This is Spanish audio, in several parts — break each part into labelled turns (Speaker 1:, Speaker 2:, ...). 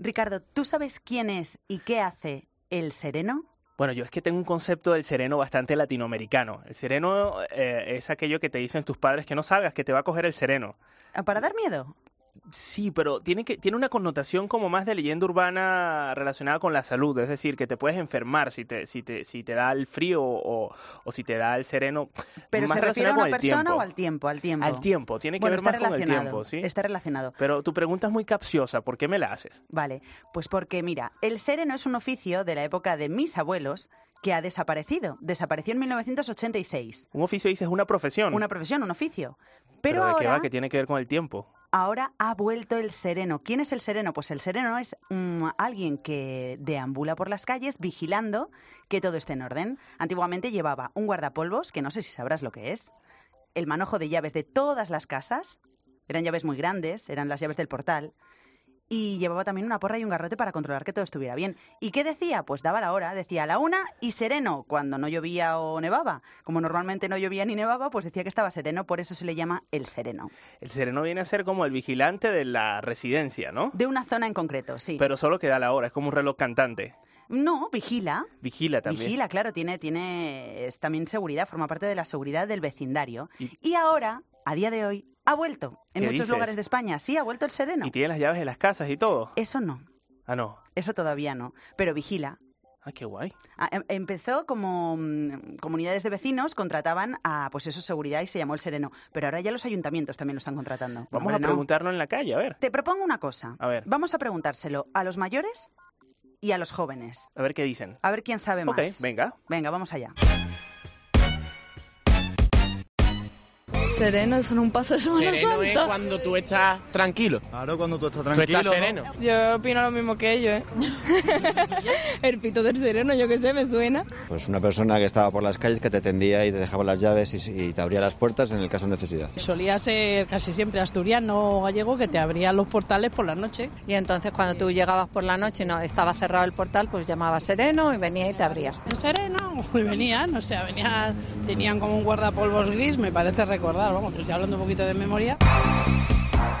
Speaker 1: Ricardo, ¿tú sabes quién es y qué hace el sereno?
Speaker 2: Bueno, yo es que tengo un concepto del sereno bastante latinoamericano. El sereno eh, es aquello que te dicen tus padres que no salgas, que te va a coger el sereno.
Speaker 1: Ah, ¿Para dar miedo?
Speaker 2: Sí, pero tiene, que, tiene una connotación como más de leyenda urbana relacionada con la salud, es decir, que te puedes enfermar si te, si te, si te da el frío o, o si te da el sereno.
Speaker 1: ¿Pero
Speaker 2: más
Speaker 1: se refiere a
Speaker 2: relacionado
Speaker 1: una
Speaker 2: con el
Speaker 1: persona
Speaker 2: tiempo.
Speaker 1: o al tiempo? Al tiempo.
Speaker 2: Al tiempo, tiene que
Speaker 1: Bueno,
Speaker 2: ver
Speaker 1: está
Speaker 2: más con el
Speaker 1: relacionado,
Speaker 2: tiempo, ¿sí?
Speaker 1: Está relacionado.
Speaker 2: Pero tu pregunta es muy capciosa, ¿por qué me la haces?
Speaker 1: Vale, pues porque mira, el sereno es un oficio de la época de mis abuelos que ha desaparecido. Desapareció en 1986.
Speaker 2: Un oficio dices una profesión.
Speaker 1: Una profesión, un oficio. Pero,
Speaker 2: pero, ¿de qué
Speaker 1: ahora,
Speaker 2: va? Que tiene que ver con el tiempo.
Speaker 1: ahora ha vuelto el sereno. ¿Quién es el sereno? Pues el sereno es mm, alguien que deambula por las calles vigilando que todo esté en orden. Antiguamente llevaba un guardapolvos, que no sé si sabrás lo que es, el manojo de llaves de todas las casas, eran llaves muy grandes, eran las llaves del portal, y llevaba también una porra y un garrote para controlar que todo estuviera bien. ¿Y qué decía? Pues daba la hora, decía a la una y sereno, cuando no llovía o nevaba. Como normalmente no llovía ni nevaba, pues decía que estaba sereno, por eso se le llama el sereno.
Speaker 2: El sereno viene a ser como el vigilante de la residencia, ¿no?
Speaker 1: De una zona en concreto, sí.
Speaker 2: Pero solo que da la hora, es como un reloj cantante.
Speaker 1: no, vigila.
Speaker 2: Vigila también.
Speaker 1: Vigila, claro, tiene, tiene es también seguridad, forma parte de la seguridad del vecindario.
Speaker 2: Y-
Speaker 1: Y, ahora, a día de hoy, ha vuelto en
Speaker 2: ¿Qué
Speaker 1: muchos
Speaker 2: dices?
Speaker 1: lugares de España. Sí, ha vuelto el sereno.
Speaker 2: Y tiene las llaves de las casas y todo.
Speaker 1: Eso no,
Speaker 2: Ah, no.
Speaker 1: eso todavía no, pero vigila.
Speaker 2: Ah, qué guay.
Speaker 1: Ah, em- Empezó como mm, comunidades de vecinos contrataban a pues eso seguridad y se llamó el sereno, pero ahora ya los ayuntamientos también lo están contratando.
Speaker 2: Vamos
Speaker 1: Hombre,
Speaker 2: a
Speaker 1: no.
Speaker 2: preguntarlo en la calle, a ver.
Speaker 1: Te propongo una cosa.
Speaker 2: A ver.
Speaker 1: Vamos a preguntárselo a los mayores y a los jóvenes.
Speaker 2: A ver qué dicen.
Speaker 1: A ver quién sabe más.
Speaker 2: Ok, venga.
Speaker 1: Venga, vamos allá.
Speaker 3: Sereno, eso no es un paso de Semana
Speaker 4: Sereno es
Speaker 3: Santa.
Speaker 4: cuando tú estás tranquilo.
Speaker 5: Claro, cuando tú estás
Speaker 4: Tú
Speaker 5: tranquilo.
Speaker 4: estás
Speaker 5: ¿no?
Speaker 4: sereno.
Speaker 3: Yo opino lo mismo que ellos, ¿eh? El pito del sereno, yo qué sé, me suena.
Speaker 6: Pues una persona que estaba por las calles que te tendía y te dejaba las llaves y, y te abría las puertas en el caso de necesidad.
Speaker 7: Solía ser casi siempre asturiano o gallego que te abría los portales por la noche.
Speaker 8: Y entonces cuando tú llegabas por la noche y no estaba cerrado el portal, pues llamabas sereno y venía y te abría.
Speaker 7: Sereno, pues venían, o sea, venían, tenían como un guardapolvos gris, me parece recordar, vamos, estoy hablando un poquito de memoria.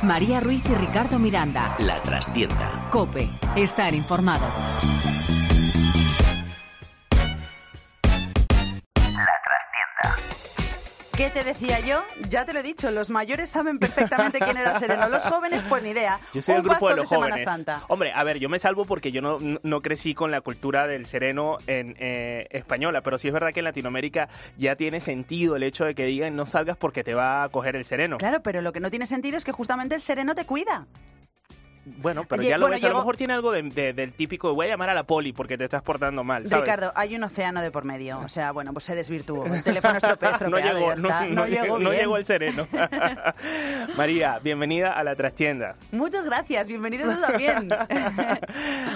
Speaker 9: María Ruiz y Ricardo Miranda.
Speaker 10: La trastienda.
Speaker 9: Cope. Estar informado.
Speaker 1: ¿Qué te decía yo? Ya te lo he dicho, los mayores saben perfectamente quién era el sereno. Los jóvenes, pues ni idea.
Speaker 2: Yo soy
Speaker 1: Un
Speaker 2: del grupo
Speaker 1: vaso
Speaker 2: de los
Speaker 1: Semana
Speaker 2: jóvenes.
Speaker 1: Santa.
Speaker 2: Hombre, a ver, yo me salvo porque yo no, no crecí con la cultura del sereno en eh, española, pero sí es verdad que en Latinoamérica ya tiene sentido el hecho de que digan no salgas porque te va a coger el sereno.
Speaker 1: Claro, pero lo que no tiene sentido es que justamente el sereno te cuida.
Speaker 2: Bueno, pero
Speaker 1: Oye,
Speaker 2: ya lo
Speaker 1: bueno,
Speaker 2: ves. A lo
Speaker 1: llegó-
Speaker 2: mejor tiene algo de- de- del típico voy a llamar a la poli porque te estás portando mal, ¿sabes?
Speaker 1: Ricardo, hay un océano de por medio. O sea, bueno, pues se desvirtuó. El teléfono estrope-
Speaker 2: no
Speaker 1: estropeado.
Speaker 2: llegó,
Speaker 1: ya está.
Speaker 2: no, no llegó, no
Speaker 1: bien.
Speaker 2: llegó el sereno. María, bienvenida a la trastienda.
Speaker 1: Muchas gracias, bienvenidos tú también.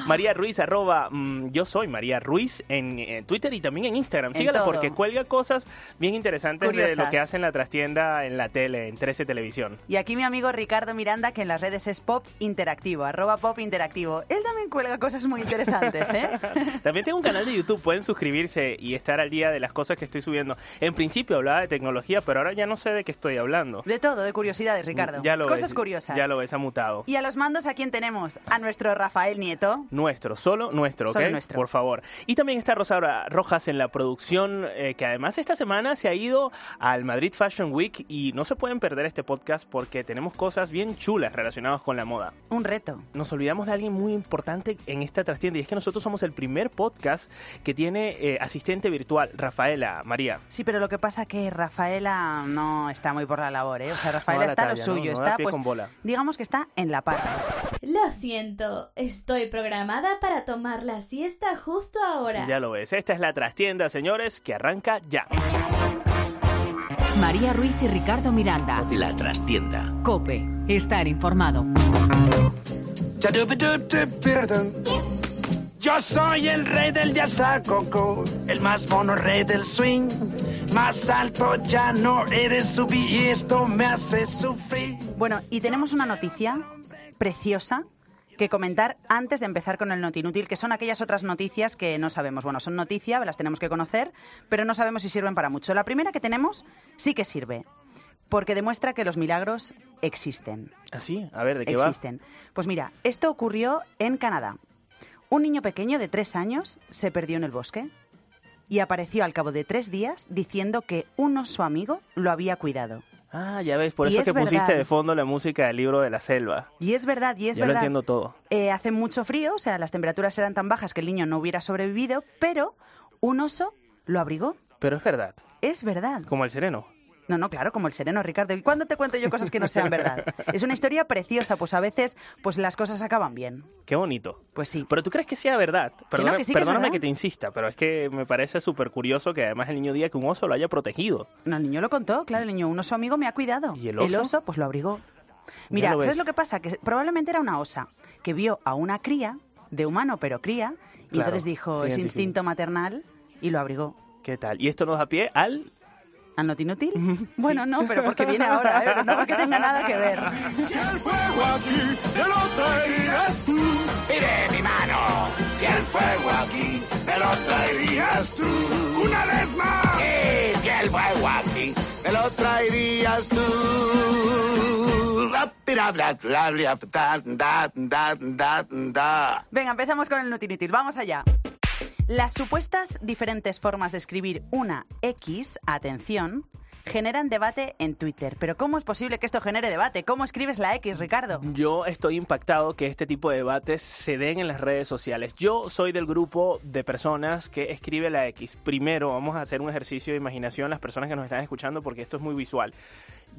Speaker 2: María Ruiz, arroba, mm, yo soy María Ruiz en eh, Twitter y también en Instagram.
Speaker 1: En
Speaker 2: Sígala
Speaker 1: todo.
Speaker 2: porque cuelga cosas bien interesantes de
Speaker 1: Curiosas.
Speaker 2: lo que hacen la trastienda en la tele, en 13 Televisión.
Speaker 1: y aquí mi amigo Ricardo Miranda, que en las redes es pop interactivo, arroba pop interactivo. Él también cuelga cosas muy interesantes, ¿eh?
Speaker 2: También tengo un canal de YouTube, pueden suscribirse y estar al día de las cosas que estoy subiendo. En principio hablaba de tecnología, pero ahora ya no sé de qué estoy hablando.
Speaker 1: De todo, de curiosidades, Ricardo.
Speaker 2: Ya lo
Speaker 1: Cosas
Speaker 2: ves,
Speaker 1: curiosas.
Speaker 2: Ya lo ves, ha mutado.
Speaker 1: Y a los mandos, ¿a quién tenemos? A nuestro Rafael Nieto.
Speaker 2: Nuestro, solo nuestro, ¿ok?
Speaker 1: Solo nuestro.
Speaker 2: Por favor. Y también está Rosaura Rojas en la producción, eh, que además esta semana se ha ido al Madrid Fashion Week y no se pueden perder este podcast porque tenemos cosas bien chulas relacionadas con la moda.
Speaker 1: Un reto.
Speaker 2: Nos olvidamos de alguien muy importante en esta trastienda y es que nosotros somos el primer podcast que tiene eh, asistente virtual, Rafaela, María.
Speaker 1: Sí, pero lo que pasa que Rafaela no está muy por la labor, ¿eh? O sea,
Speaker 2: No
Speaker 1: Rafaela
Speaker 2: da la
Speaker 1: está a lo
Speaker 2: talla, ¿no?
Speaker 1: suyo,
Speaker 2: No da
Speaker 1: está
Speaker 2: pie
Speaker 1: pues
Speaker 2: con bola.
Speaker 1: digamos que está en la parra.
Speaker 11: Lo siento, estoy programada para tomar la siesta justo ahora.
Speaker 2: Ya lo ves, esta es la trastienda, señores, que arranca ya.
Speaker 9: María Ruiz y Ricardo Miranda.
Speaker 10: La trastienda.
Speaker 9: Cope. Estar informado.
Speaker 4: Yo soy el rey del jazz a coco, el más mono rey del swing. Más alto ya no eres subir y esto me hace sufrir.
Speaker 1: Bueno, y tenemos una noticia preciosa que comentar antes de empezar con el notinútil, que son aquellas otras noticias que no sabemos. Bueno, son noticias, las tenemos que conocer, pero no sabemos si sirven para mucho. La primera que tenemos sí que sirve. porque demuestra que los milagros existen.
Speaker 2: ¿Así? ¿Ah, A ver, ¿de qué
Speaker 1: existen. Pues mira, esto ocurrió en Canadá. Un niño pequeño de tres años se perdió en el bosque y apareció al cabo de tres días diciendo que un oso amigo lo había cuidado.
Speaker 2: va? Ah, ya ves, por
Speaker 1: Y
Speaker 2: eso
Speaker 1: es
Speaker 2: es que pusiste
Speaker 1: verdad.
Speaker 2: de fondo la música del libro de la selva.
Speaker 1: Y es verdad, y es
Speaker 2: Yo lo
Speaker 1: verdad.
Speaker 2: entiendo todo.
Speaker 1: Eh, hace mucho frío, o sea, las temperaturas eran tan bajas que el niño no hubiera sobrevivido, pero un oso lo abrigó.
Speaker 2: Pero es verdad,
Speaker 1: Es verdad.
Speaker 2: como el sereno.
Speaker 1: No, no, claro, como el sereno, Ricardo. ¿Y cuándo te cuento yo cosas que no sean verdad? Es una historia preciosa, pues a veces pues las cosas acaban bien.
Speaker 2: Qué bonito.
Speaker 1: Pues sí.
Speaker 2: Pero tú crees que sea verdad. Perdona-
Speaker 1: que sí que es
Speaker 2: perdóname
Speaker 1: verdad.
Speaker 2: que te insista, pero es que me parece súper curioso que además el niño diga que un oso lo haya protegido.
Speaker 1: No, el niño lo contó, claro, el niño, un oso amigo me ha cuidado.
Speaker 2: ¿Y el oso?
Speaker 1: pues lo abrigó. Mira,
Speaker 2: lo
Speaker 1: ¿sabes
Speaker 2: ves.
Speaker 1: lo que pasa? Que probablemente era una osa que vio a una cría, de humano pero cría, y
Speaker 2: Claro,
Speaker 1: entonces dijo,
Speaker 2: se
Speaker 1: es
Speaker 2: identificó".
Speaker 1: instinto maternal, y lo abrigó.
Speaker 2: ¿Qué tal? Y esto nos da pie al...
Speaker 1: ¿Al notinútil?
Speaker 2: Mm,
Speaker 1: Bueno, no, pero porque viene ahora, ¿eh? Pero no porque tenga nada que ver.
Speaker 4: Si el fuego aquí me lo traerías tú, pide mi mano. Si el fuego aquí me lo traerías tú, una vez más. Sí, si el fuego aquí me lo traerías tú. Rapira, bla, bla, bla, da, da, da, da, da.
Speaker 1: Venga, empezamos con el notinútil, vamos allá. Las supuestas diferentes formas de escribir una X, atención, generan debate en Twitter. Pero ¿cómo es posible que esto genere debate? ¿Cómo escribes la X, Ricardo?
Speaker 2: Yo estoy impactado que este tipo de debates se den en las redes sociales. Yo soy del grupo de personas que escribe la X. Primero vamos a hacer un ejercicio de imaginación las personas que nos están escuchando porque esto es muy visual.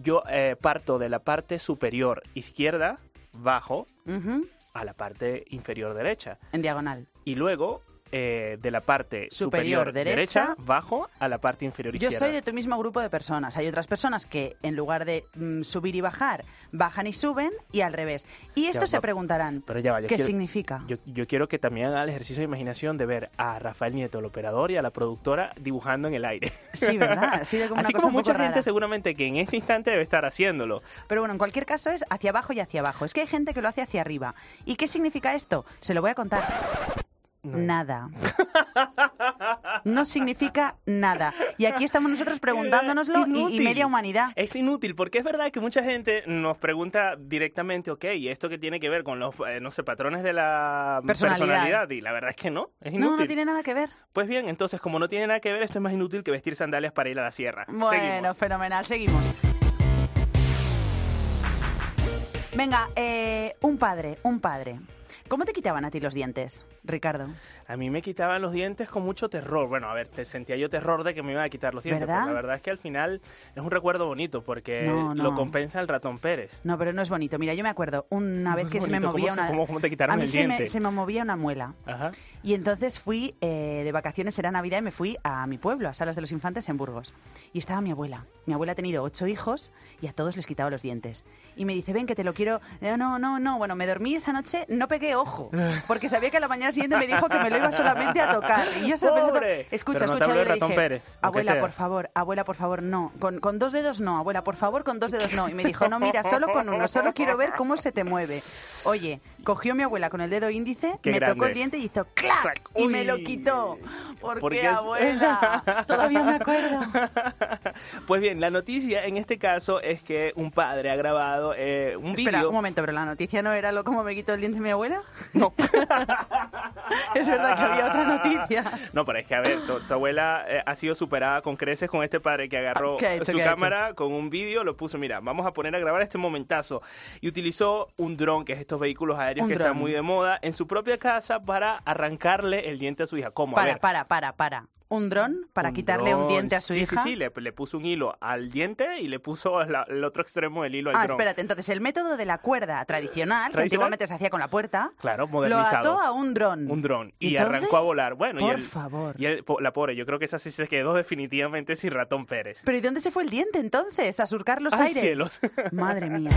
Speaker 2: Yo eh, parto de la parte superior izquierda, bajo,
Speaker 1: Ujú,
Speaker 2: a la parte inferior derecha.
Speaker 1: En diagonal.
Speaker 2: y luego eh, de la parte
Speaker 1: Superior,
Speaker 2: superior,
Speaker 1: derecha.
Speaker 2: derecha, bajo a la parte inferior
Speaker 1: Yo
Speaker 2: izquierda.
Speaker 1: soy de tu mismo grupo de personas. Hay otras personas que en lugar de mm, subir y bajar, bajan y suben y al revés. Y esto
Speaker 2: Ya,
Speaker 1: se
Speaker 2: va-
Speaker 1: preguntarán,
Speaker 2: Pero ya va, yo
Speaker 1: ¿qué
Speaker 2: quiero-
Speaker 1: significa?
Speaker 2: Yo, yo quiero que también haga el ejercicio de imaginación de ver a Rafael Nieto, el operador, y a la productora dibujando en el aire.
Speaker 1: Sí, ¿verdad? Ha sido como una
Speaker 2: Así
Speaker 1: cosa
Speaker 2: como
Speaker 1: un poco
Speaker 2: mucha gente
Speaker 1: rara.
Speaker 2: seguramente que en este instante debe estar haciéndolo.
Speaker 1: Pero bueno, en cualquier caso es hacia abajo y hacia abajo. Es que hay gente que lo hace hacia arriba. ¿Y qué significa esto? Se lo voy a contar. Nada. No significa nada. Y aquí estamos nosotros preguntándonoslo y- y,
Speaker 2: Inútil.
Speaker 1: media humanidad.
Speaker 2: Es inútil, porque es verdad que mucha gente nos pregunta directamente, ok, ¿y esto qué tiene que ver con los, eh, no sé, patrones de la
Speaker 1: Personalidad.
Speaker 2: personalidad? Y la verdad es que no, es inútil.
Speaker 1: No, no tiene nada que ver.
Speaker 2: Pues bien, entonces, como no tiene nada que ver, esto es más inútil que vestir sandalias para ir a la sierra.
Speaker 1: Bueno,
Speaker 2: Seguimos.
Speaker 1: fenomenal, seguimos. Venga, eh, un padre, un padre. ¿Cómo te quitaban a ti los dientes, Ricardo?
Speaker 2: A mí me quitaban los dientes con mucho terror. Bueno, a ver, te sentía yo terror de que me iban a quitar los dientes.
Speaker 1: ¿Verdad?
Speaker 2: pero la verdad es que al final es un recuerdo bonito porque
Speaker 1: No, no.
Speaker 2: lo compensa el ratón Pérez.
Speaker 1: No, pero no es bonito. Mira, yo me acuerdo una vez
Speaker 2: es
Speaker 1: que se me
Speaker 2: bonito, ¿cómo
Speaker 1: movía
Speaker 2: se-
Speaker 1: una...
Speaker 2: cómo- cómo te quitaron
Speaker 1: a mí
Speaker 2: el
Speaker 1: se me,
Speaker 2: diente?
Speaker 1: se me movía una muela.
Speaker 2: Ajá.
Speaker 1: Y entonces fui eh, de vacaciones, era Navidad, y me fui a mi pueblo, a Salas de los Infantes, en Burgos. Y estaba mi abuela. Mi abuela ha tenido ocho hijos y a todos les quitaba los dientes. Y me dice, ven, que te lo quiero... Digo, no, no, no. Bueno, me dormí esa noche, no pegué ojo, porque sabía que a la mañana siguiente me dijo que me lo iba solamente a tocar. Y yo se lo pensé...
Speaker 2: ¡Pobre!
Speaker 1: Escucha,
Speaker 2: Pero no te
Speaker 1: escucha, yo
Speaker 2: habló el
Speaker 1: le
Speaker 2: ratón
Speaker 1: dije,
Speaker 2: Pérez, aunque
Speaker 1: abuela,
Speaker 2: sea".
Speaker 1: por favor, abuela, por favor, no. Con, con dos dedos no, abuela, por favor, con dos dedos no. Y me dijo, no, mira, solo con uno, solo quiero ver cómo se te mueve. Oye, cogió mi abuela con el dedo índice,
Speaker 2: Qué
Speaker 1: me tocó
Speaker 2: grande
Speaker 1: el
Speaker 2: es.
Speaker 1: diente y hizo clac
Speaker 2: Clac.
Speaker 1: y
Speaker 2: Uy.
Speaker 1: me lo quitó. ¿Por,
Speaker 2: Porque
Speaker 1: qué,
Speaker 2: es-
Speaker 1: abuela? Todavía me acuerdo.
Speaker 2: Pues bien, la noticia en este caso es que un padre ha grabado eh, un
Speaker 1: Espera,
Speaker 2: vídeo.
Speaker 1: un momento, pero la noticia no era lo cómo me quitó el diente mi abuela. No. es verdad que había otra noticia.
Speaker 2: No, pero es que, a ver, tu, tu abuela eh, ha sido superada con creces con este padre que agarró
Speaker 1: Ah, ¿Qué ha hecho,
Speaker 2: su
Speaker 1: qué ha
Speaker 2: cámara con un vídeo, lo puso, mira, vamos a poner a grabar este momentazo. Y utilizó un dron, que es estos vehículos aéreos
Speaker 1: Un
Speaker 2: que
Speaker 1: dron.
Speaker 2: están muy de moda, en su propia casa para arrancarle el diente a su hija. ¿Cómo? a
Speaker 1: Para,
Speaker 2: ver,
Speaker 1: para, para, para. Un dron para
Speaker 2: un
Speaker 1: quitarle un
Speaker 2: dron.
Speaker 1: diente a su
Speaker 2: Sí,
Speaker 1: hija.
Speaker 2: Sí, sí, le, le puso un hilo al diente y le puso la- el otro extremo del hilo al
Speaker 1: Ah,
Speaker 2: dron.
Speaker 1: espérate, entonces el método de la cuerda tradicional, que
Speaker 2: ¿Tradicional?
Speaker 1: antiguamente se hacía con la puerta,
Speaker 2: Claro,
Speaker 1: lo
Speaker 2: modernizado.
Speaker 1: ató a un dron.
Speaker 2: un dron y
Speaker 1: Entonces,
Speaker 2: arrancó a volar. Bueno,
Speaker 1: por
Speaker 2: y el-
Speaker 1: favor.
Speaker 2: Y el- po- la pobre, yo creo que esa sí se quedó definitivamente sin ratón Pérez.
Speaker 1: Pero ¿y dónde se fue el diente entonces? ¿A surcar los
Speaker 2: ¡Ay,
Speaker 1: aires?
Speaker 2: cielos!
Speaker 1: Madre mía.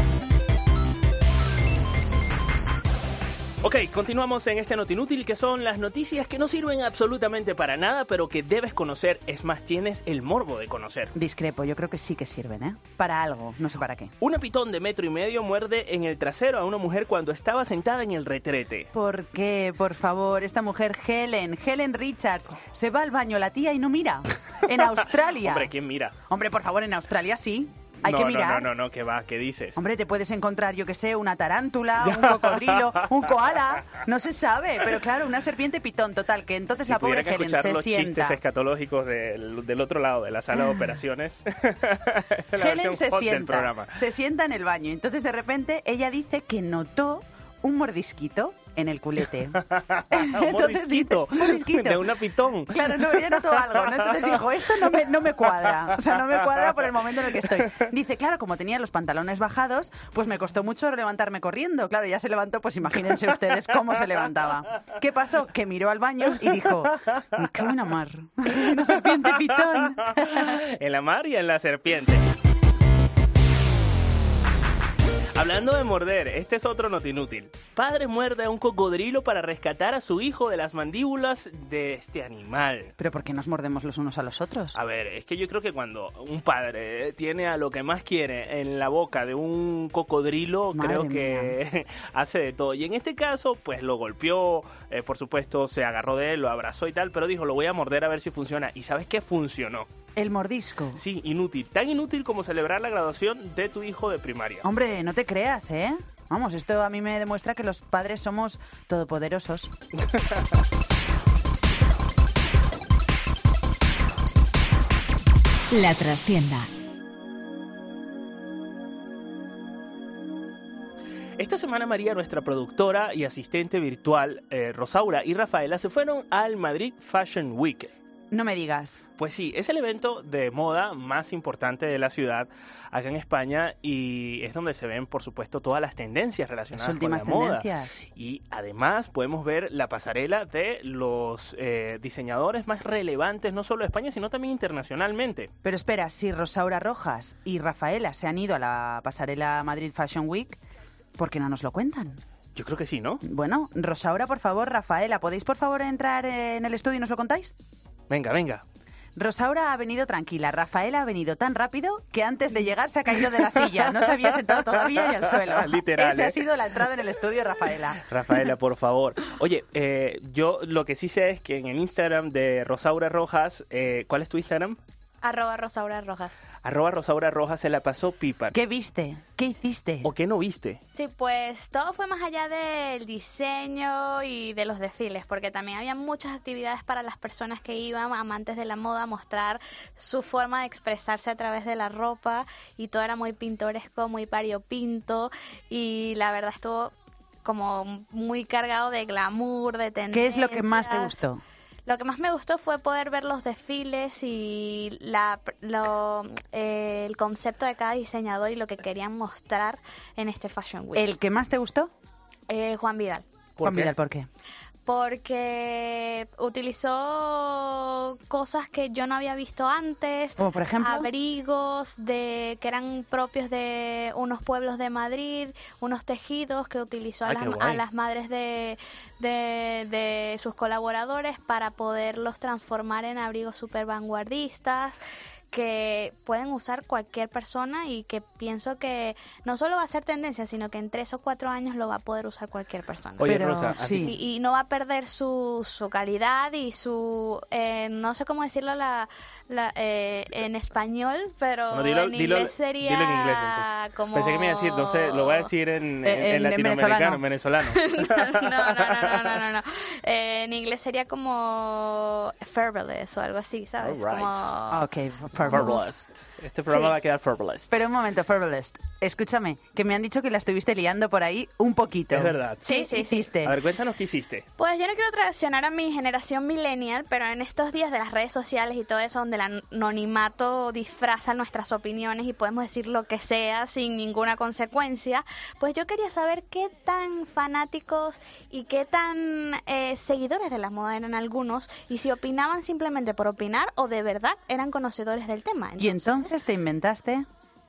Speaker 2: Ok, continuamos en este Notinútil, que son las noticias que no sirven absolutamente para nada, pero que debes conocer. Es más, tienes el morbo de conocer.
Speaker 1: Discrepo, yo creo que sí que sirven, ¿eh? Para algo, no sé para qué.
Speaker 2: Un pitón de metro y medio muerde en el trasero a una mujer cuando estaba sentada en el retrete.
Speaker 1: ¿Por qué? Por favor, esta mujer Helen, Helen Richards, se va al baño la tía y no mira. En Australia.
Speaker 2: Hombre, ¿quién mira?
Speaker 1: Hombre, por favor, en Australia sí. Hay
Speaker 2: no,
Speaker 1: que
Speaker 2: no,
Speaker 1: mirar.
Speaker 2: No, no, no, ¿qué va? ¿Qué dices?
Speaker 1: Hombre, te puedes encontrar, yo que sé, una tarántula, un cocodrilo, un koala, no se sabe, pero claro, una serpiente pitón, total, que entonces
Speaker 2: si
Speaker 1: la pobre
Speaker 2: pudiera que
Speaker 1: Helen
Speaker 2: escuchar
Speaker 1: se
Speaker 2: los chistes
Speaker 1: sienta.
Speaker 2: escatológicos del, del otro lado de la sala de operaciones. Esa es la
Speaker 1: Helen
Speaker 2: versión
Speaker 1: se
Speaker 2: hot del
Speaker 1: sienta,
Speaker 2: programa.
Speaker 1: se sienta en el baño, entonces de repente ella dice que notó un mordisquito en el culete.
Speaker 2: Un mordisquito de una pitón.
Speaker 1: Claro, no, ella notó algo, ¿no? Entonces dijo, esto no me, no me cuadra. O sea, no me cuadra por el momento en el que estoy. Dice, claro, como tenía los pantalones bajados, pues me costó mucho levantarme corriendo. Claro, ya se levantó, pues imagínense ustedes cómo se levantaba. ¿Qué pasó? Que miró al baño y dijo, me cago en la mar. Una serpiente pitón.
Speaker 2: en la mar y en la serpiente. Hablando de morder, este es otro not inútil. Padre muerde a un cocodrilo para rescatar a su hijo de las mandíbulas de este animal.
Speaker 1: ¿Pero por qué nos mordemos los unos a los otros?
Speaker 2: A ver, es que yo creo que cuando un padre tiene a lo que más quiere en la boca de un cocodrilo,
Speaker 1: Madre
Speaker 2: creo que hace de todo. Y en este caso, pues lo golpeó, eh, por supuesto, se agarró de él, lo abrazó y tal, pero dijo, lo voy a morder a ver si funciona. ¿Y sabes qué? Funcionó.
Speaker 1: El mordisco.
Speaker 2: Sí, inútil. Tan inútil como celebrar la graduación de tu hijo de primaria.
Speaker 1: Hombre, no te creas, ¿eh? Vamos, esto a mí me demuestra que los padres somos todopoderosos.
Speaker 9: La trastienda.
Speaker 2: Esta semana María, nuestra productora y asistente virtual, eh, Rosaura y Rafaela, se fueron al Madrid Fashion Week.
Speaker 1: No me digas.
Speaker 2: Pues sí, es el evento de moda más importante de la ciudad acá en España y es donde se ven, por supuesto, todas las tendencias relacionadas
Speaker 1: Las últimas
Speaker 2: con la moda.
Speaker 1: tendencias.
Speaker 2: Y además podemos ver la pasarela de los eh, diseñadores más relevantes, no solo de España, sino también internacionalmente.
Speaker 1: Pero espera, si Rosaura Rojas y Rafaela se han ido a la pasarela Madrid Fashion Week, ¿por qué no nos lo cuentan?
Speaker 2: Yo creo que sí, ¿no?
Speaker 1: Bueno, Rosaura, por favor, Rafaela, ¿podéis por favor entrar eh, en el estudio y nos lo contáis?
Speaker 2: Venga, venga.
Speaker 1: Rosaura ha venido tranquila, Rafaela ha venido tan rápido que antes de llegar se ha caído de la silla, no se había sentado todavía y al suelo.
Speaker 2: Literal,
Speaker 1: Esa
Speaker 2: ¿eh?
Speaker 1: ha sido la entrada en el estudio, Rafaela.
Speaker 2: Rafaela, por favor. Oye, eh, yo lo que sí sé es que en el Instagram de Rosaura Rojas, eh, ¿cuál es tu Instagram?
Speaker 5: Arroba Rosaura Rojas.
Speaker 2: Arroba Rosaura Rojas se la pasó pipa.
Speaker 1: ¿Qué viste? ¿Qué hiciste?
Speaker 2: ¿O qué no viste?
Speaker 5: Sí, pues todo fue más allá del diseño y de los desfiles, porque también había muchas actividades para las personas que iban, amantes de la moda, a mostrar su forma de expresarse a través de la ropa y todo era muy pintoresco, muy variopinto y la verdad estuvo como muy cargado de glamour, de tendencias.
Speaker 1: ¿Qué es lo que más te gustó?
Speaker 5: Lo que más me gustó fue poder ver los desfiles y la, lo- eh, el concepto de cada diseñador y lo que querían mostrar en este Fashion Week.
Speaker 1: ¿El que más te gustó?
Speaker 5: Eh, Juan Vidal.
Speaker 1: Juan Vidal, ¿por qué?
Speaker 5: Porque utilizó cosas que yo no había visto antes.
Speaker 1: Como por ejemplo.
Speaker 5: Abrigos de, que eran propios de unos pueblos de Madrid, unos tejidos que utilizó a,
Speaker 12: Ay,
Speaker 5: las,
Speaker 12: Ah, qué
Speaker 5: a
Speaker 12: guay.
Speaker 5: las madres de, de- de sus colaboradores para poderlos transformar en abrigos super vanguardistas que pueden usar cualquier persona y que pienso que no solo va a ser tendencia, sino que en tres o cuatro años lo va a poder usar cualquier persona.
Speaker 2: Oye, Pero, Rosa, a ti- sí.
Speaker 5: y, y no va a perder su, su calidad y su, eh, no sé cómo decirlo la, la, eh, en español, pero
Speaker 2: Bueno, dilo-
Speaker 5: en
Speaker 2: dilo-
Speaker 5: inglés sería
Speaker 2: dilo en inglés, entonces.
Speaker 5: como...
Speaker 2: Pensé que me iba a decir, no sé, lo voy a decir en, en-
Speaker 5: Eh,
Speaker 2: en
Speaker 5: en
Speaker 2: latinoamericano, en venezolano.
Speaker 5: Eh, en inglés sería como Fabulous o algo así, ¿sabes?
Speaker 2: Alright.
Speaker 5: Como-
Speaker 1: Ok, fabulous.
Speaker 2: Este programa
Speaker 1: Sí.
Speaker 2: va a quedar fabulous.
Speaker 1: Pero un momento, Fabulous. Escúchame, que me han dicho que la estuviste liando por ahí un poquito.
Speaker 2: Es verdad.
Speaker 1: Sí, sí, hiciste.
Speaker 2: A ver, cuéntanos qué hiciste.
Speaker 5: Pues yo no quiero traicionar a mi generación millennial, pero en estos días de las redes sociales y todo eso, donde el anonimato disfraza nuestras opiniones y podemos decir lo que sea sin ninguna consecuencia, pues yo quería saber qué tan fanáticos y qué tan eh, seguidores de la moda eran algunos y si opinaban simplemente por opinar o de verdad eran conocedores del tema.
Speaker 1: Y entonces te inventaste.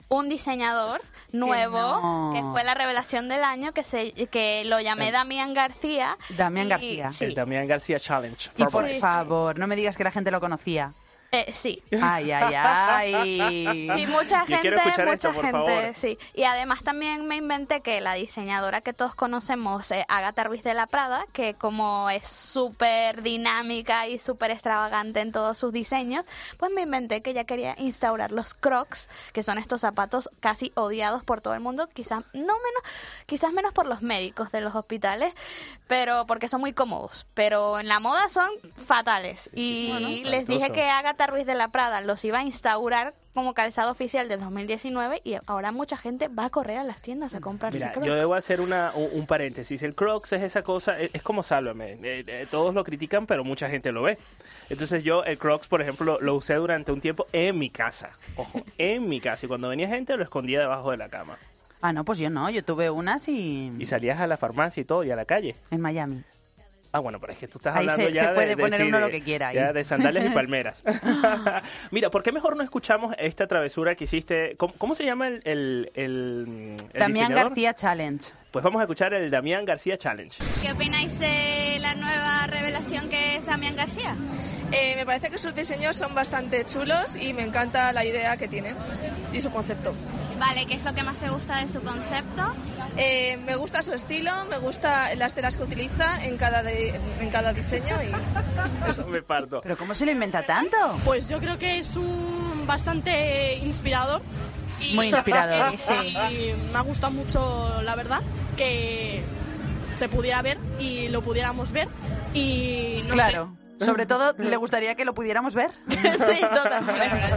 Speaker 5: Un diseñador nuevo,
Speaker 1: no.
Speaker 5: que fue la revelación del año, que, se, que lo llamé
Speaker 1: El-
Speaker 5: Damián García.
Speaker 1: Damián
Speaker 5: y-
Speaker 1: García.
Speaker 5: sí.
Speaker 2: El Damián García Challenge.
Speaker 1: Y por
Speaker 2: Fabulous.
Speaker 1: favor, no me digas que la gente lo conocía.
Speaker 5: Eh, sí.
Speaker 1: Ay, ay, ay.
Speaker 5: Sí, mucha
Speaker 1: Yo
Speaker 5: gente,
Speaker 1: quiero escuchar
Speaker 5: mucha
Speaker 1: esto, por
Speaker 5: gente,
Speaker 1: favor.
Speaker 5: sí. Y además también me inventé que la diseñadora que todos conocemos, eh, Agatha Ruiz de la Prada, que como es súper dinámica y súper extravagante en todos sus diseños, pues me inventé que ella quería instaurar los crocs, que son estos zapatos casi odiados por todo el mundo, quizás no menos, quizás menos por los médicos de los hospitales, pero porque son muy cómodos, pero en la moda son fatales. Y
Speaker 12: Bueno,
Speaker 5: les dije
Speaker 12: espantoso.
Speaker 5: que Agatha Ruiz de la Prada los iba a instaurar como calzado oficial del 2019 y ahora mucha gente va a correr a las tiendas a comprarse
Speaker 2: Mira,
Speaker 5: Crocs.
Speaker 2: yo debo hacer una, un, un paréntesis. El Crocs es esa cosa, e, es, es como sálvame. Eh, eh, todos lo critican, pero mucha gente lo ve. Entonces yo el Crocs, por ejemplo, lo, lo usé durante un tiempo en mi casa. Ojo, en mi casa. Y cuando venía gente lo escondía debajo de la cama.
Speaker 1: Ah, no, pues yo no. Yo tuve unas y...
Speaker 2: Y salías a la farmacia y todo, y a la calle.
Speaker 1: En Miami.
Speaker 2: Ah, bueno, pero es que tú estás
Speaker 1: Ahí
Speaker 2: hablando
Speaker 1: se-
Speaker 2: ya
Speaker 1: se
Speaker 2: de-
Speaker 1: puede
Speaker 2: de,
Speaker 1: poner
Speaker 2: sí,
Speaker 1: uno
Speaker 2: de-
Speaker 1: lo que quiera ahí.
Speaker 2: ya de sandalias y palmeras. Mira, ¿por qué mejor no escuchamos esta travesura que hiciste? ¿Cómo, cómo se llama el, el, el- el
Speaker 1: Damián
Speaker 2: diseñador?
Speaker 1: García Challenge.
Speaker 2: Pues vamos a escuchar el Damián García Challenge.
Speaker 12: ¿Qué opináis de la nueva revelación que es Damián García? Eh, me parece que sus diseños son bastante chulos y me encanta la idea que tiene y su concepto. Vale, ¿qué es lo que más te gusta de su concepto? Eh, me gusta su estilo, me gustan las telas que utiliza en cada, de- en cada diseño y
Speaker 2: Eso me parto.
Speaker 1: ¿Pero cómo se lo inventa tanto?
Speaker 13: Pues yo creo que es un bastante inspirador. Y
Speaker 1: Muy inspirador.
Speaker 13: Y- y me ha gustado mucho, la verdad, que se pudiera ver y lo pudiéramos ver. Y no
Speaker 1: claro.
Speaker 13: sé.
Speaker 1: Sobre todo, ¿le gustaría que lo pudiéramos ver?
Speaker 13: sí,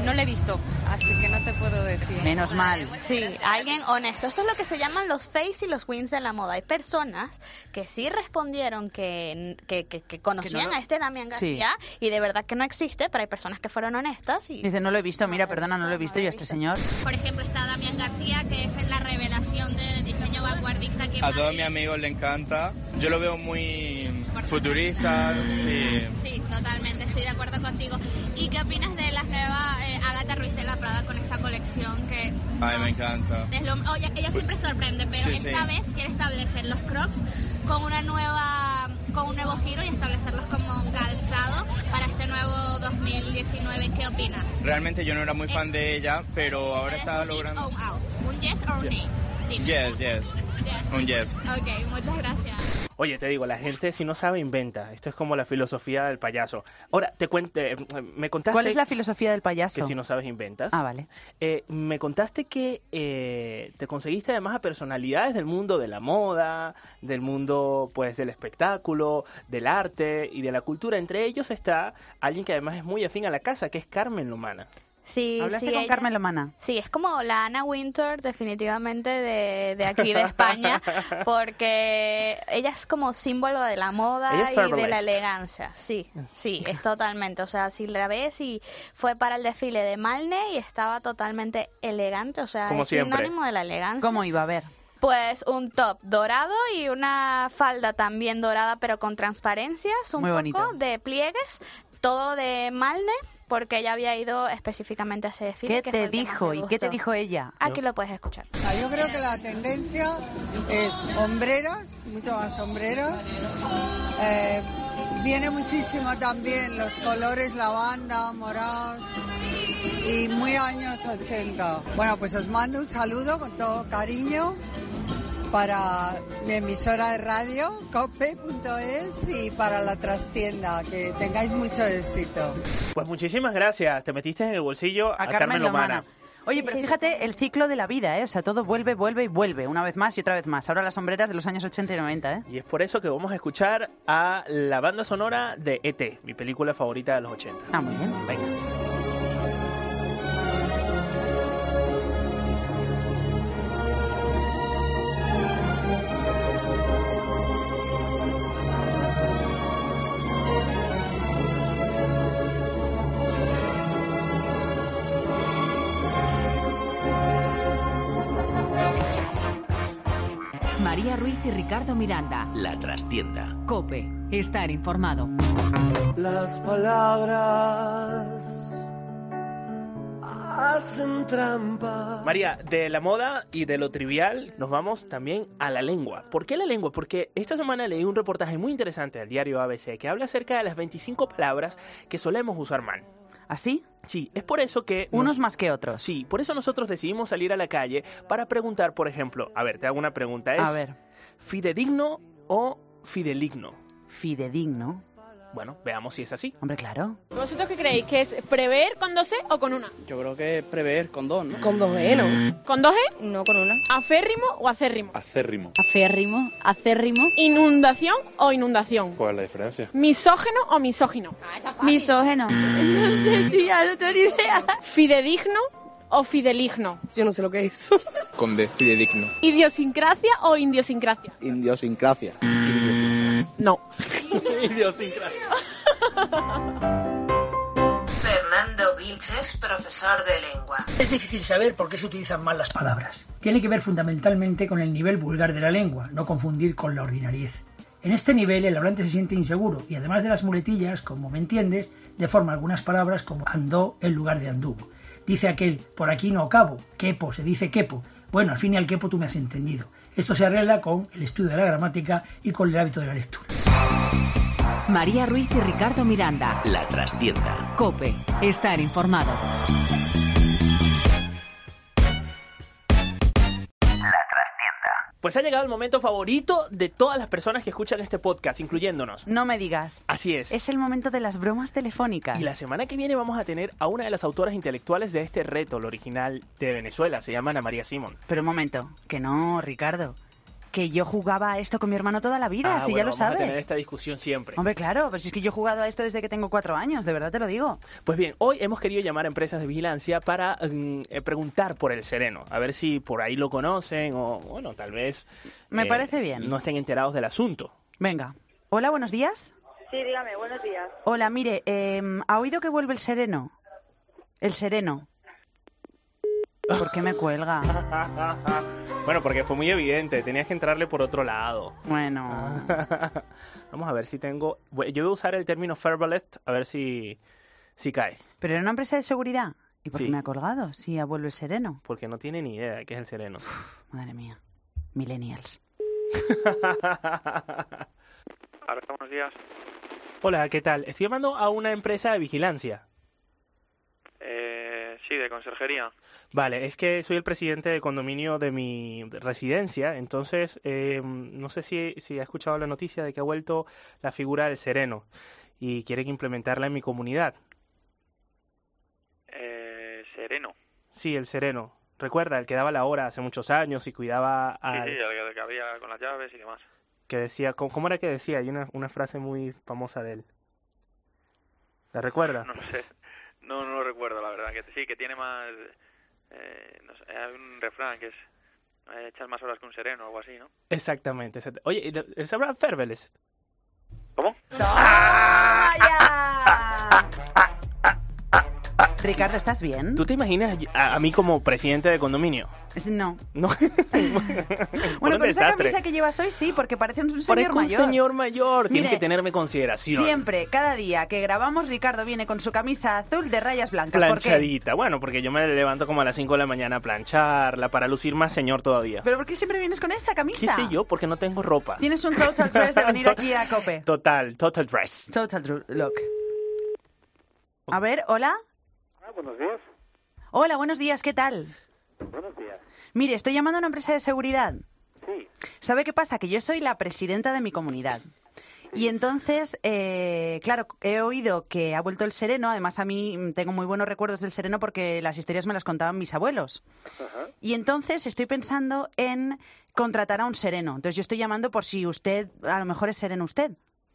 Speaker 5: No
Speaker 13: le he visto, así que no te puedo decir.
Speaker 1: Menos mal.
Speaker 5: Sí, alguien honesto. Esto es lo que se llaman los face y los wins de la moda. Hay personas que sí respondieron que, que, que- que conocían
Speaker 1: lo-
Speaker 5: a este Damián
Speaker 1: Sí.
Speaker 5: García y de verdad que no existe, pero hay personas que fueron honestas y
Speaker 1: Dice, no lo he visto. Mira, perdona, no lo he visto yo a este señor.
Speaker 12: Por ejemplo, está Damián García, que es la revelación del diseño vanguardista que
Speaker 14: A todos mis amigos le encanta. Yo lo veo muy futurista, sí.
Speaker 12: Sí, totalmente, estoy de acuerdo contigo. ¿Y qué opinas de la nueva eh, Agatha Ruiz de la Prada con esa colección que...
Speaker 14: Ay, me encanta. Pues
Speaker 12: deslum- Oye, ella siempre sorprende, pero
Speaker 14: Sí, sí.
Speaker 12: esta vez quiere establecer los crocs con una nueva con un nuevo giro y establecerlos como un calzado para este nuevo 2019. ¿Qué opinas?
Speaker 14: Realmente yo no era muy fan de ella, pero ahora está logrando.
Speaker 12: ¿O un out? ¿Un yes o un
Speaker 14: Yeah.
Speaker 12: no? Dime.
Speaker 14: Yes, yes. Un yes.
Speaker 12: Ok, muchas gracias.
Speaker 2: Oye, te digo, la gente si no sabe inventa. Esto es como la filosofía del payaso. Ahora, te cuente, me contaste
Speaker 1: ¿Cuál es la filosofía del payaso?
Speaker 2: que si no sabes inventas.
Speaker 1: Ah, vale.
Speaker 2: Eh, me contaste que eh, te conseguiste además a personalidades del mundo de la moda, del mundo pues del espectáculo, del arte y de la cultura. Entre ellos está alguien que además es muy afín a la casa, que es Carmen Lomana.
Speaker 5: Sí,
Speaker 1: ¿Hablaste
Speaker 5: sí,
Speaker 1: con
Speaker 5: ella-
Speaker 1: Carmen Lomana?
Speaker 5: Sí, es como la Ana Winter definitivamente de, de aquí de España, porque ella es como símbolo de la
Speaker 12: Ella es
Speaker 5: moda y de la
Speaker 12: herbalist.
Speaker 5: elegancia. Sí, sí, es totalmente. O sea, si la ves y fue para el desfile de Malne y estaba totalmente elegante, o sea,
Speaker 1: Como
Speaker 5: es
Speaker 1: siempre.
Speaker 5: sinónimo de la elegancia.
Speaker 1: ¿Cómo iba a ver?
Speaker 5: Pues un top dorado y una falda también dorada, pero con transparencias, un
Speaker 1: Muy
Speaker 5: poco
Speaker 1: bonito.
Speaker 5: de pliegues, todo de Malne, porque ella había ido específicamente a ese desfile.
Speaker 1: ¿Qué
Speaker 5: que fue
Speaker 1: te
Speaker 5: el que más
Speaker 1: dijo
Speaker 5: me
Speaker 1: y qué te
Speaker 5: gustó.
Speaker 1: dijo ella?
Speaker 5: Aquí lo puedes escuchar.
Speaker 15: Ah, Yo creo que la tendencia es hombreras, mucho más hombreras. Eh, viene muchísimo también los colores lavanda, morados y muy años 80. Bueno, pues os mando un saludo con todo cariño para mi emisora de radio, cope.es y para la trastienda. Que tengáis mucho éxito.
Speaker 2: Pues muchísimas gracias. Te metiste en el bolsillo a, Carmen, Lomana.
Speaker 1: Oye, pero fíjate el ciclo de la vida, ¿eh? O sea, todo vuelve, vuelve y vuelve, una vez más y otra vez más. Ahora las sombreras de los años 80 y 90, ¿eh?
Speaker 2: Y es por eso que vamos a escuchar a la banda sonora de ET, mi película favorita de los 80.
Speaker 1: Ah, muy bien.
Speaker 2: Venga.
Speaker 9: María Ruiz y Ricardo Miranda.
Speaker 10: La trastienda.
Speaker 9: Cope. Estar informado.
Speaker 16: Las palabras hacen trampa.
Speaker 2: María, de la moda y de lo trivial nos vamos también a la lengua. ¿Por qué la lengua? Porque esta semana leí un reportaje muy interesante del diario ABC que habla acerca de las 25 palabras que solemos usar mal.
Speaker 1: ¿Así?
Speaker 2: Sí, es por eso que...
Speaker 1: Unos más que otros.
Speaker 2: Sí, por eso nosotros decidimos salir a la calle para preguntar, por ejemplo, a ver, te hago una pregunta. ¿Es
Speaker 1: A ver.
Speaker 2: fidedigno o fideligno?
Speaker 1: Fidedigno.
Speaker 2: Bueno, veamos si es así.
Speaker 1: Hombre, claro.
Speaker 17: ¿Vosotros qué creéis? ¿Que es prever con 12 o con una?
Speaker 18: Yo creo que prever con dos, ¿no?
Speaker 19: Con dos E, ¿no?
Speaker 17: ¿Con 2 E? No, con una. ¿Aférrimo o acérrimo?
Speaker 18: Acérrimo.
Speaker 17: Aférrimo, acérrimo. ¿Inundación o inundación?
Speaker 18: ¿Cuál es la diferencia?
Speaker 17: ¿Misógeno o misógino? Misógeno. no sé, tía, no tengo ni idea. ¿Fidedigno o fideligno? Yo no sé lo que es.
Speaker 18: Con D, fidedigno.
Speaker 17: ¿Idiosincrasia o indiosincrasia?
Speaker 18: Indiosincrasia. Indiosincrasia.
Speaker 17: No.
Speaker 2: Idiosincrasia.
Speaker 20: Fernando Vilches, profesor de lengua.
Speaker 21: Es difícil saber por qué se utilizan mal las palabras. Tiene que ver fundamentalmente con el nivel vulgar de la lengua, no confundir con la ordinariez. En este nivel el hablante se siente inseguro y además de las muletillas, como me entiendes, deforma algunas palabras como andó en lugar de anduvo. Dice aquel, por aquí no cabo, quepo, se dice quepo. Bueno, al fin y al quepo tú me has entendido. Esto se arregla con el estudio de la gramática y con el hábito de la lectura.
Speaker 9: María Ruiz y Ricardo Miranda.
Speaker 10: La trastienda.
Speaker 9: Cope. Estar informado.
Speaker 2: Pues ha llegado el momento favorito de todas las personas que escuchan este podcast, incluyéndonos.
Speaker 1: No me digas.
Speaker 2: Así es.
Speaker 1: Es el momento de las bromas telefónicas.
Speaker 2: Y la semana que viene vamos a tener a una de las autoras intelectuales de este reto, la original de Venezuela, se llama Ana María Simón.
Speaker 1: Pero un momento, que no, Ricardo. Que yo jugaba a esto con mi hermano toda la vida,
Speaker 2: Ah,
Speaker 1: si ya lo
Speaker 2: bueno, vamos a tener
Speaker 1: sabes.
Speaker 2: esta discusión siempre.
Speaker 1: Hombre, claro, pero si es que yo he jugado a esto desde que tengo cuatro años, de verdad te lo digo.
Speaker 2: Pues bien, hoy hemos querido llamar a empresas de vigilancia para mm, eh, preguntar por el sereno, a ver si por ahí lo conocen o, bueno, tal vez... eh,
Speaker 1: Me parece bien.
Speaker 2: No estén enterados del asunto.
Speaker 1: Venga. Hola, buenos días.
Speaker 22: Sí, dígame, buenos días.
Speaker 1: Hola, mire, em, ¿ha oído que vuelve el sereno? El sereno. ¿Por qué me cuelga?
Speaker 2: Bueno, porque fue muy evidente, tenías que entrarle por otro lado.
Speaker 1: Bueno. Ah.
Speaker 2: Vamos a ver si tengo... bu- Yo voy a usar el término verbalist, a ver si, si cae,
Speaker 1: ¿Pero era una empresa de seguridad? ¿Y por qué
Speaker 2: Sí.
Speaker 1: me ha colgado? Si ya vuelve el sereno.
Speaker 2: porque no tiene ni idea de qué es el sereno.
Speaker 1: Madre mía. Millennials.
Speaker 23: A ver, buenos días.
Speaker 2: Hola, ¿qué tal? Estoy llamando a una empresa de vigilancia.
Speaker 23: Eh, sí, de conserjería.
Speaker 2: Vale, es que soy el presidente de condominio de mi residencia, entonces eh, no sé si, si ha escuchado la noticia de que ha vuelto la figura del sereno y quieren implementarla en mi comunidad.
Speaker 23: Eh, sereno.
Speaker 2: Sí, el sereno. Recuerda, el que daba la hora hace muchos años y cuidaba al
Speaker 23: Sí, sí, el que- que había con las llaves y demás.
Speaker 2: que decía, ¿cómo, cómo era que decía? Hay una, una frase muy famosa de él. ¿La recuerda?
Speaker 23: No sé. No, no lo recuerdo, la verdad. Que sí, que tiene más. Eh, no sé, hay un refrán que es. eh, echar más horas que un sereno o algo así, ¿no?
Speaker 2: Exactamente. exacta- Oye, ¿y el- ¿el sabrá Ferbeles?
Speaker 1: Ricardo, ¿estás bien?
Speaker 2: ¿Tú te imaginas a, a mí como presidente de condominio?
Speaker 1: Es- No.
Speaker 2: No.
Speaker 1: Bueno,
Speaker 2: un
Speaker 1: con esa
Speaker 2: desastre.
Speaker 1: camisa que llevas hoy sí, porque parece un señor
Speaker 2: Parezco un
Speaker 1: mayor.
Speaker 2: señor mayor. Tienes
Speaker 1: Mire,
Speaker 2: que tenerme consideración.
Speaker 1: Siempre, cada día que grabamos, Ricardo viene con su camisa azul de rayas blancas. pues, ¿Por qué?
Speaker 2: Planchadita. Bueno, porque yo me levanto como a las 5 de la mañana a plancharla para lucir más señor todavía.
Speaker 1: ¿Pero por qué siempre vienes con esa
Speaker 2: ¿Qué
Speaker 1: camisa?
Speaker 2: sé yo? Porque no tengo ropa.
Speaker 1: Tienes un total dress de venir
Speaker 2: To-
Speaker 1: aquí a Cope.
Speaker 2: Total, total dress.
Speaker 1: Total look. A ver, hola.
Speaker 24: Ah, buenos días.
Speaker 1: Hola, buenos días, ¿qué tal?
Speaker 24: Buenos días.
Speaker 1: Mire, estoy llamando a una empresa de seguridad.
Speaker 24: Sí.
Speaker 1: ¿Sabe qué pasa? Que yo soy la presidenta de mi comunidad. Y entonces, eh, claro, he oído que ha vuelto el sereno. Además, a mí mm, tengo muy buenos recuerdos del sereno porque las historias me las contaban mis abuelos.
Speaker 24: Ajá.
Speaker 1: Y entonces estoy pensando en contratar a un sereno. Entonces yo estoy llamando por si usted, a lo mejor es sereno usted.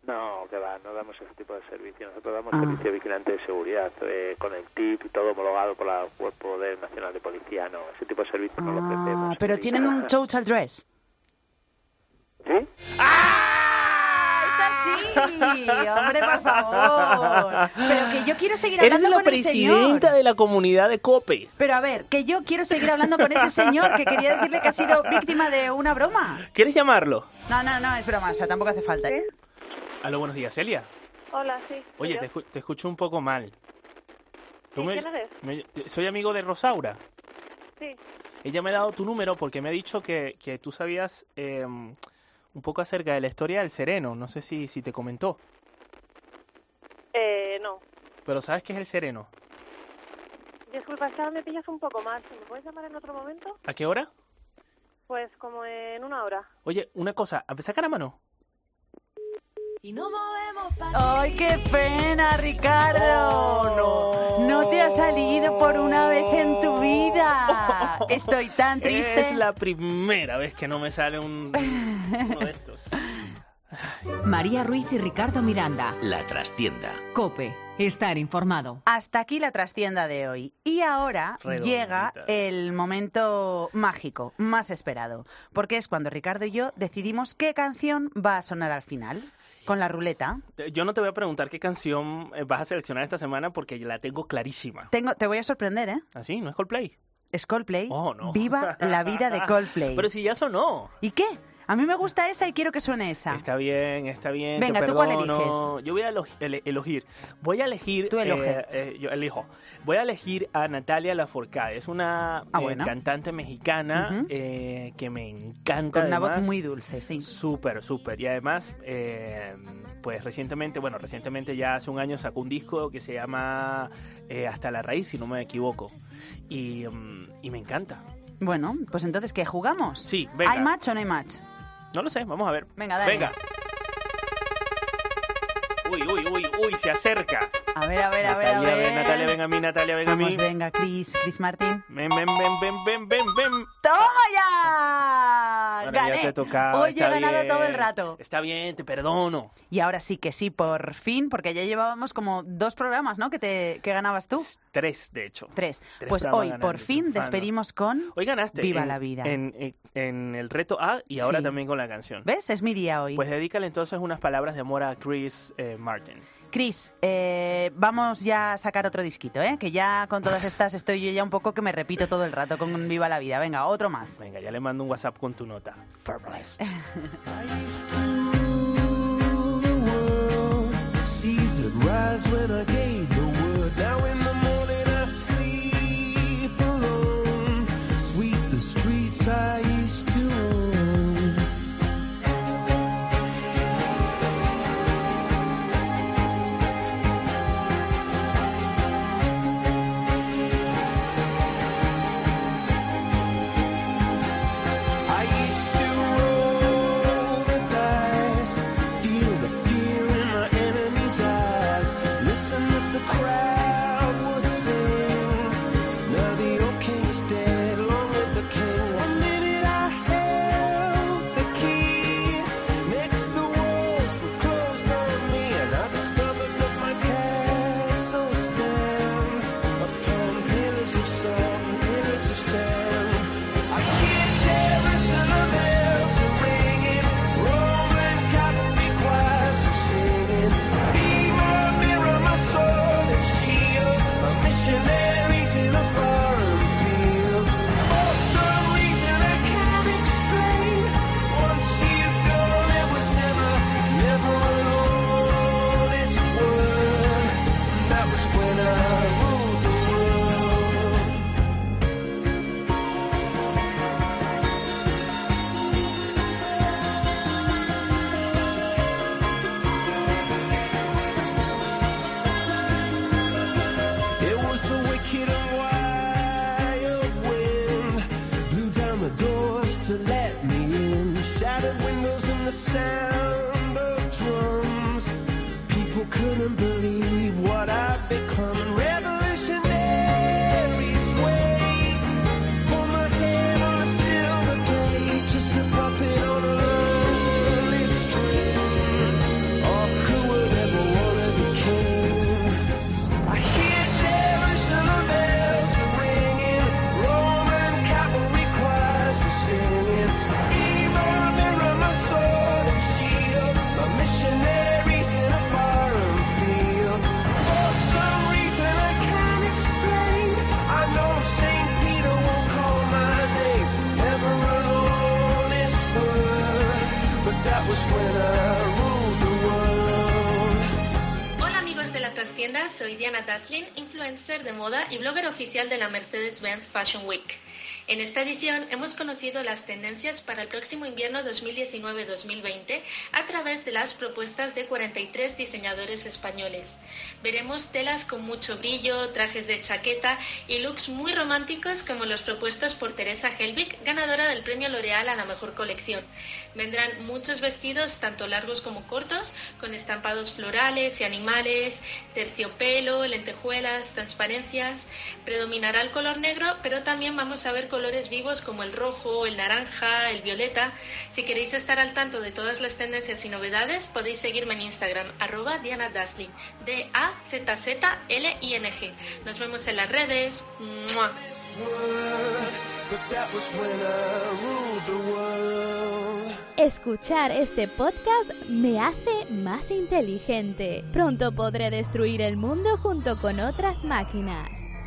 Speaker 24: No, que va, no damos ese tipo de servicio. Nosotros damos
Speaker 1: Ah.
Speaker 24: servicio de vigilante de seguridad eh, con el TIP y todo homologado por la Cuerpo de Nacional de Policía. No, ese tipo de servicio no lo
Speaker 1: Ah,
Speaker 24: ofrecemos.
Speaker 1: pero tienen un total dress.
Speaker 24: ¿Sí?
Speaker 1: ¡Ah! Sí, hombre, por favor. Pero que yo quiero seguir
Speaker 2: Eres
Speaker 1: hablando
Speaker 2: la
Speaker 1: con el señor.
Speaker 2: presidenta de la comunidad de COPE.
Speaker 1: Pero a ver, que yo quiero seguir hablando con ese señor que quería decirle que ha sido víctima de una broma.
Speaker 2: ¿Quieres llamarlo?
Speaker 1: No, no, no, es broma, o sea, tampoco hace falta.
Speaker 2: Aló, buenos días, Celia.
Speaker 23: Hola, sí.
Speaker 2: Oye, te, escu- te escucho un poco mal. ¿Tú
Speaker 23: Sí, ¿quién eres?
Speaker 2: me- soy amigo de Rosaura.
Speaker 23: Sí.
Speaker 2: Ella me ha dado tu número porque me ha dicho que, que tú sabías eh, un poco acerca de la historia del sereno. No sé si, si te comentó,
Speaker 23: Eh, no.
Speaker 2: pero ¿sabes qué es el sereno?
Speaker 3: Disculpa, es que ahora me pillas un poco más. ¿Me puedes llamar en otro momento?
Speaker 2: ¿A qué hora?
Speaker 3: Pues como en una hora.
Speaker 2: Oye, una cosa, ¿a sacar a mano?
Speaker 3: Y no movemos
Speaker 1: ¡Ay, qué pena, Ricardo! Oh, no. te ha salido por una vez en tu vida. Estoy tan triste.
Speaker 2: Es la primera vez que no me sale un, uno de estos.
Speaker 9: María Ruiz y Ricardo Miranda.
Speaker 10: La trastienda.
Speaker 9: Cope. Estar informado.
Speaker 1: Hasta aquí la trastienda de hoy. Y ahora
Speaker 9: Redondita.
Speaker 1: llega el momento mágico, más esperado, porque es cuando Ricardo y yo decidimos qué canción va a sonar al final, con la ruleta.
Speaker 2: Te- Yo no te voy a preguntar qué canción eh, vas a seleccionar esta semana porque la tengo clarísima.
Speaker 1: Tengo, te voy a sorprender, ¿eh?
Speaker 2: ¿Así? ¿No es Coldplay?
Speaker 1: Es Coldplay.
Speaker 2: Oh, no.
Speaker 1: Viva la vida de Coldplay.
Speaker 2: Pero si ya sonó.
Speaker 1: ¿Y qué? A mí me gusta esa y quiero que suene esa.
Speaker 2: Está bien, está bien.
Speaker 1: Venga,
Speaker 2: te
Speaker 1: ¿tú cuál
Speaker 2: perdono. Yo voy a elo- ele- elegir. Voy a elegir.
Speaker 1: Tú elige.
Speaker 2: eh, eh, yo elijo. Voy a elegir a Natalia Lafourcade. Es una
Speaker 1: Ah,
Speaker 2: eh,
Speaker 1: bueno.
Speaker 2: cantante mexicana eh, que me encanta.
Speaker 1: Con una voz
Speaker 2: además.
Speaker 1: muy dulce, sí.
Speaker 2: Súper, súper. Y además, eh, pues recientemente, bueno, recientemente ya hace un año sacó un disco que se llama eh, Hasta la Raíz, si no me equivoco. Y, mm, y me encanta.
Speaker 1: Bueno, pues entonces, ¿qué? ¿Jugamos?
Speaker 2: Sí, venga.
Speaker 1: ¿Hay match o no hay match?
Speaker 2: No lo sé, vamos a ver.
Speaker 1: Venga, dale.
Speaker 2: Venga. Uy, uy, uy, uy, se acerca.
Speaker 1: A ver, a ver, a ver, a
Speaker 2: Natalia,
Speaker 1: ver.
Speaker 2: ven, Natalia, ven a mí, Natalia, ven a mí.
Speaker 1: Vamos, venga, Chris, Chris Martín.
Speaker 2: Ven, ven, ven, ven, ven, ven, ven.
Speaker 1: ¡Toma ya!
Speaker 2: Bueno,
Speaker 1: ¡Gané!
Speaker 2: ya te tocaba.
Speaker 1: Hoy
Speaker 2: está
Speaker 1: he ganado
Speaker 2: bien.
Speaker 1: todo el rato.
Speaker 2: Está bien, te perdono.
Speaker 1: Y ahora sí que sí, por fin, porque ya llevábamos como dos programas, ¿no? Que, te, que ganabas tú.
Speaker 2: Tres, de hecho.
Speaker 1: Tres.
Speaker 2: Tres
Speaker 1: pues
Speaker 2: programas
Speaker 1: hoy,
Speaker 2: ganando,
Speaker 1: por fin,
Speaker 2: triunfando.
Speaker 1: despedimos con
Speaker 2: Hoy ganaste.
Speaker 1: Viva
Speaker 2: en-
Speaker 1: la vida.
Speaker 2: En, en- en el reto A y ahora
Speaker 1: Sí.
Speaker 2: también con la canción.
Speaker 1: ¿Ves? Es mi día hoy.
Speaker 2: Pues dedícale entonces unas palabras de amor a Chris eh, Martin.
Speaker 1: Cris, eh, vamos ya a sacar otro disquito, ¿eh? Que ya con todas estas estoy yo ya un poco que me repito todo el rato con Viva la vida. Venga, otro más.
Speaker 2: Venga, ya le mando un WhatsApp con tu nota.
Speaker 16: the world. Seas it rise when I gave the word. Now in the morning I sleep alone. Sweep the streets I used to own. I used to roll the dice, feel the fear in my enemy's eyes, listen as the crowd would sing. Now the old king is dead, long live the king. One minute I held the key, next the walls were closed on me, and I discovered that my castle stand upon pillars of salt and pillars of sand. I hear Jerusalem bells are ringing, Roman Catholic choirs are singing. Be my mirror, my sword and shield, my missionaries in a foreign field. For some reason I can't explain, once you've gone it was never, never an honest word. That was when I ruled the world. It was the wicked and wild wind blew down the doors to let me in. Shattered windows and the sound of drums. People couldn't believe what I'd become. Revolutionaries wait for my head on a silver plate, just a puppet on a lonely string. Oh, who would ever wanna be king? I hear Jerusalem bells are ringing, Roman cavalry choirs are singing. Be my mirror, my sword and shield, my missionaries in a foreign field. For some reason I can't explain, I know Saint Peter won't call my name. Never an honest word, but that was when I ruled the world.
Speaker 6: Hola amigos de la trastienda, soy Diana Taslin, influencer de moda y blogger oficial de la Mercedes-Benz Fashion Week. En esta edición hemos conocido las tendencias para el próximo invierno 2019-2020 a través de las propuestas de 43 diseñadores españoles. Veremos telas con mucho brillo, trajes de chaqueta y looks muy románticos como los propuestos por Teresa Helvig, ganadora del premio L'Oreal a la mejor colección. Vendrán muchos vestidos, tanto largos como cortos, con estampados florales y animales, terciopelo, lentejuelas, transparencias. Predominará el color negro, pero también vamos a ver colores vivos como el rojo, el naranja, el violeta. Si queréis estar al tanto de todas las tendencias y novedades, podéis seguirme en Instagram, arroba Diana Dasling, D-A-Z-Z-L-I-N-G. Nos vemos en las redes. ¡Mua!
Speaker 16: But that was when I ruled the world.
Speaker 5: Escuchar este podcast me hace más inteligente. Pronto podré destruir el mundo junto con otras máquinas.